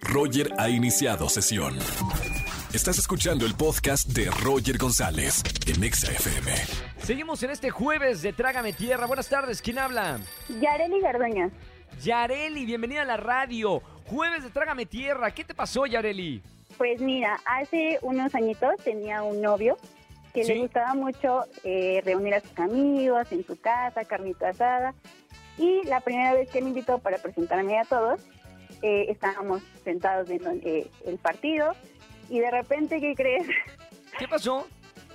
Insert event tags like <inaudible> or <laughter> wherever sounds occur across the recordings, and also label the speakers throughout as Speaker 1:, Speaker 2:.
Speaker 1: Roger ha iniciado sesión. Estás escuchando el podcast de Roger González en Exa FM.
Speaker 2: Seguimos en este jueves de Trágame Tierra. Buenas tardes, ¿quién habla?
Speaker 3: Yareli Garduña.
Speaker 2: Yareli, bienvenida a la radio. Jueves de Trágame Tierra. ¿Qué te pasó, Yareli?
Speaker 3: Pues mira, hace unos añitos tenía un novio que
Speaker 2: Sí.
Speaker 3: le gustaba mucho eh, reunir a sus amigos en su casa, carnita asada. Y la primera vez que me invitó para presentarme a todos, eh, estábamos sentados viendo eh, el partido y de repente, ¿qué crees? <laughs>
Speaker 2: ¿Qué pasó?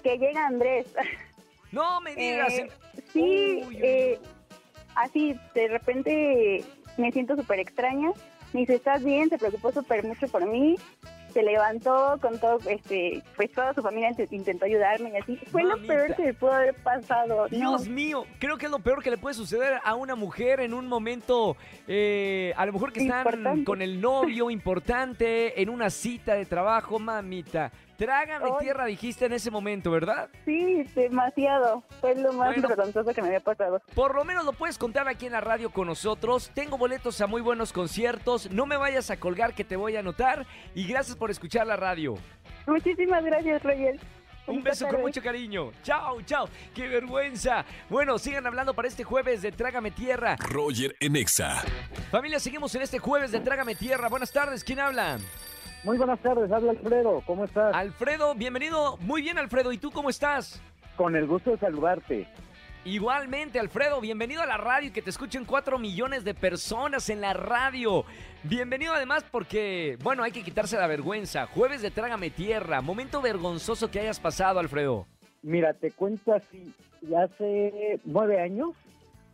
Speaker 3: Que llega Andrés.
Speaker 2: No me digas.
Speaker 3: Eh,
Speaker 2: Uy,
Speaker 3: Sí,
Speaker 2: uy, uy.
Speaker 3: eh, así de repente me siento súper extraña. Me dice, ¿estás bien? Se preocupó súper mucho por mí. Se levantó con todo, este, pues toda su familia int- intentó ayudarme y así. Fue lo
Speaker 2: Mamita.
Speaker 3: peor que me pudo haber pasado. No,
Speaker 2: Dios mío, creo que es lo peor que le puede suceder a una mujer en un momento, eh, a lo mejor que están
Speaker 3: Importante.
Speaker 2: con el novio importante, en una cita de trabajo, mamita. Trágame
Speaker 3: Ay.
Speaker 2: tierra, dijiste en ese momento, ¿verdad?
Speaker 3: sí, demasiado. Fue lo más
Speaker 2: Bueno.
Speaker 3: vergonzoso que me había pasado.
Speaker 2: Por lo menos lo puedes contar aquí en la radio con nosotros. Tengo boletos a muy buenos conciertos. No me vayas a colgar que te voy a anotar. Y gracias por escuchar la radio.
Speaker 3: Muchísimas gracias, Roger.
Speaker 2: Un
Speaker 3: Bonita
Speaker 2: beso con
Speaker 3: tarde.
Speaker 2: mucho cariño. Chao, chao. Qué vergüenza. Bueno, sigan hablando para este jueves de Trágame Tierra.
Speaker 1: Roger en Exa.
Speaker 2: Familia, seguimos en este jueves de Trágame Tierra. Buenas tardes, ¿quién habla?
Speaker 4: Muy buenas tardes, habla Alfredo, ¿cómo
Speaker 2: Ah.
Speaker 4: estás?
Speaker 2: Alfredo, bienvenido. Muy bien, Alfredo. ¿Y tú cómo estás?
Speaker 4: Con el gusto de saludarte.
Speaker 2: Igualmente, Alfredo, bienvenido a la radio y que te escuchen 4 millones de personas en la radio. Bienvenido además porque, bueno, hay que quitarse la vergüenza. Jueves de Trágame Tierra, momento vergonzoso que hayas pasado, Alfredo.
Speaker 4: Mira, te cuento así, ya hace nueve años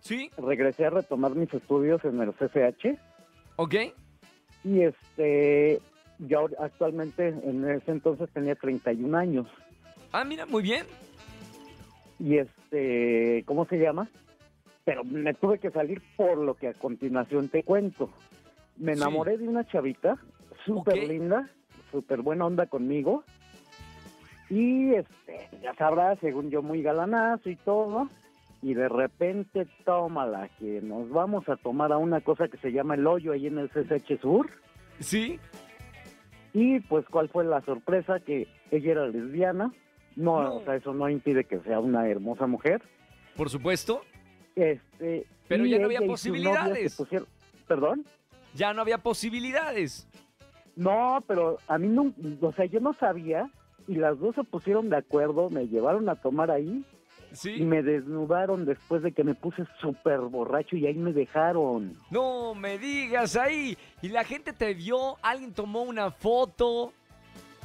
Speaker 2: ¿Sí?
Speaker 4: regresé a retomar mis estudios en el CCH
Speaker 2: ¿Ok?
Speaker 4: y este, yo ahor- actualmente en ese entonces tenía 31 años
Speaker 2: Ah, mira, muy bien.
Speaker 4: y este, ¿cómo se llama? Pero me tuve que salir por lo que a continuación te cuento. Me
Speaker 2: Sí.
Speaker 4: enamoré de una chavita súper
Speaker 2: Ok.
Speaker 4: linda, súper buena onda conmigo. Y este, ya sabrás, según yo, muy galanazo y todo. Y de repente, tómala, que nos vamos a tomar a una cosa que se llama el hoyo ahí en el CCH Sur.
Speaker 2: ¿Sí?
Speaker 4: Y pues, ¿cuál fue la sorpresa? Que ella era lesbiana. No,
Speaker 2: No.
Speaker 4: o sea, eso no impide que sea una hermosa mujer.
Speaker 2: Por supuesto.
Speaker 4: Este,
Speaker 2: Pero
Speaker 4: y
Speaker 2: ya no había
Speaker 4: ella y su
Speaker 2: posibilidades.
Speaker 4: novio se pusieron- ¿Perdón?
Speaker 2: Ya no había posibilidades.
Speaker 4: No, pero a mí no, o sea, yo no sabía y las dos se pusieron de acuerdo, me llevaron a tomar ahí y
Speaker 2: ¿Sí?
Speaker 4: me desnudaron después de que me puse súper borracho y ahí me dejaron.
Speaker 2: No me digas ahí. Y la gente te vio, alguien tomó una foto.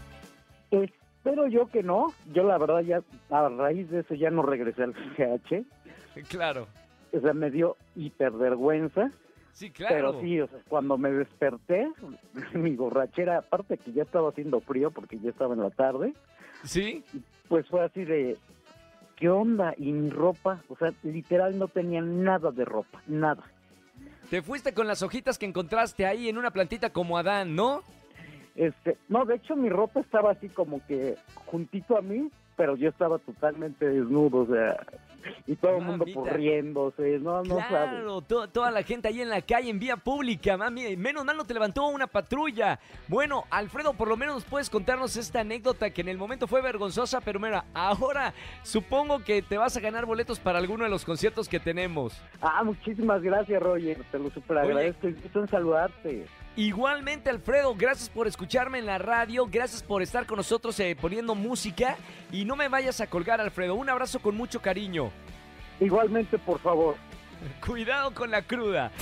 Speaker 2: <laughs>
Speaker 4: Espero yo que no, yo la verdad ya a raíz de eso ya no regresé al CH,
Speaker 2: Claro.
Speaker 4: o sea, me dio hipervergüenza,
Speaker 2: Sí, claro.
Speaker 4: pero sí, o sea, cuando me desperté, <laughs> mi borrachera, aparte que ya estaba haciendo frío porque ya estaba en la tarde,
Speaker 2: ¿Sí?
Speaker 4: pues fue así de ¿qué onda? Y mi ropa, o sea, literal no tenía nada de ropa, nada.
Speaker 2: Te fuiste con las hojitas que encontraste ahí en una plantita como Adán, ¿no?
Speaker 4: Este, no, de hecho mi ropa estaba así como que juntito a mí, pero yo estaba totalmente desnudo, o sea, y todo el mundo
Speaker 2: Mamita.
Speaker 4: corriéndose, no, no sabes.
Speaker 2: claro, to- toda la gente ahí en la calle, en vía pública, mami. Menos mal no te levantó una patrulla. Bueno, Alfredo, por lo menos puedes contarnos esta anécdota que en el momento fue vergonzosa, pero mira, ahora supongo que te vas a ganar boletos para alguno de los conciertos que tenemos.
Speaker 4: Ah, muchísimas gracias, Roger, te lo super agradezco, y gusto en saludarte.
Speaker 2: Igualmente, Alfredo, gracias por escucharme en la radio, gracias por estar con nosotros eh, poniendo música y no me vayas a colgar, Alfredo. Un abrazo con mucho cariño. <laughs>
Speaker 4: Igualmente, por favor.
Speaker 2: Cuidado con la cruda.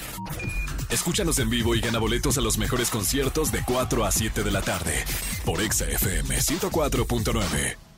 Speaker 1: Escúchanos en vivo y gana boletos a los mejores conciertos de 4 a 7 de la tarde por Exa FM 104.9.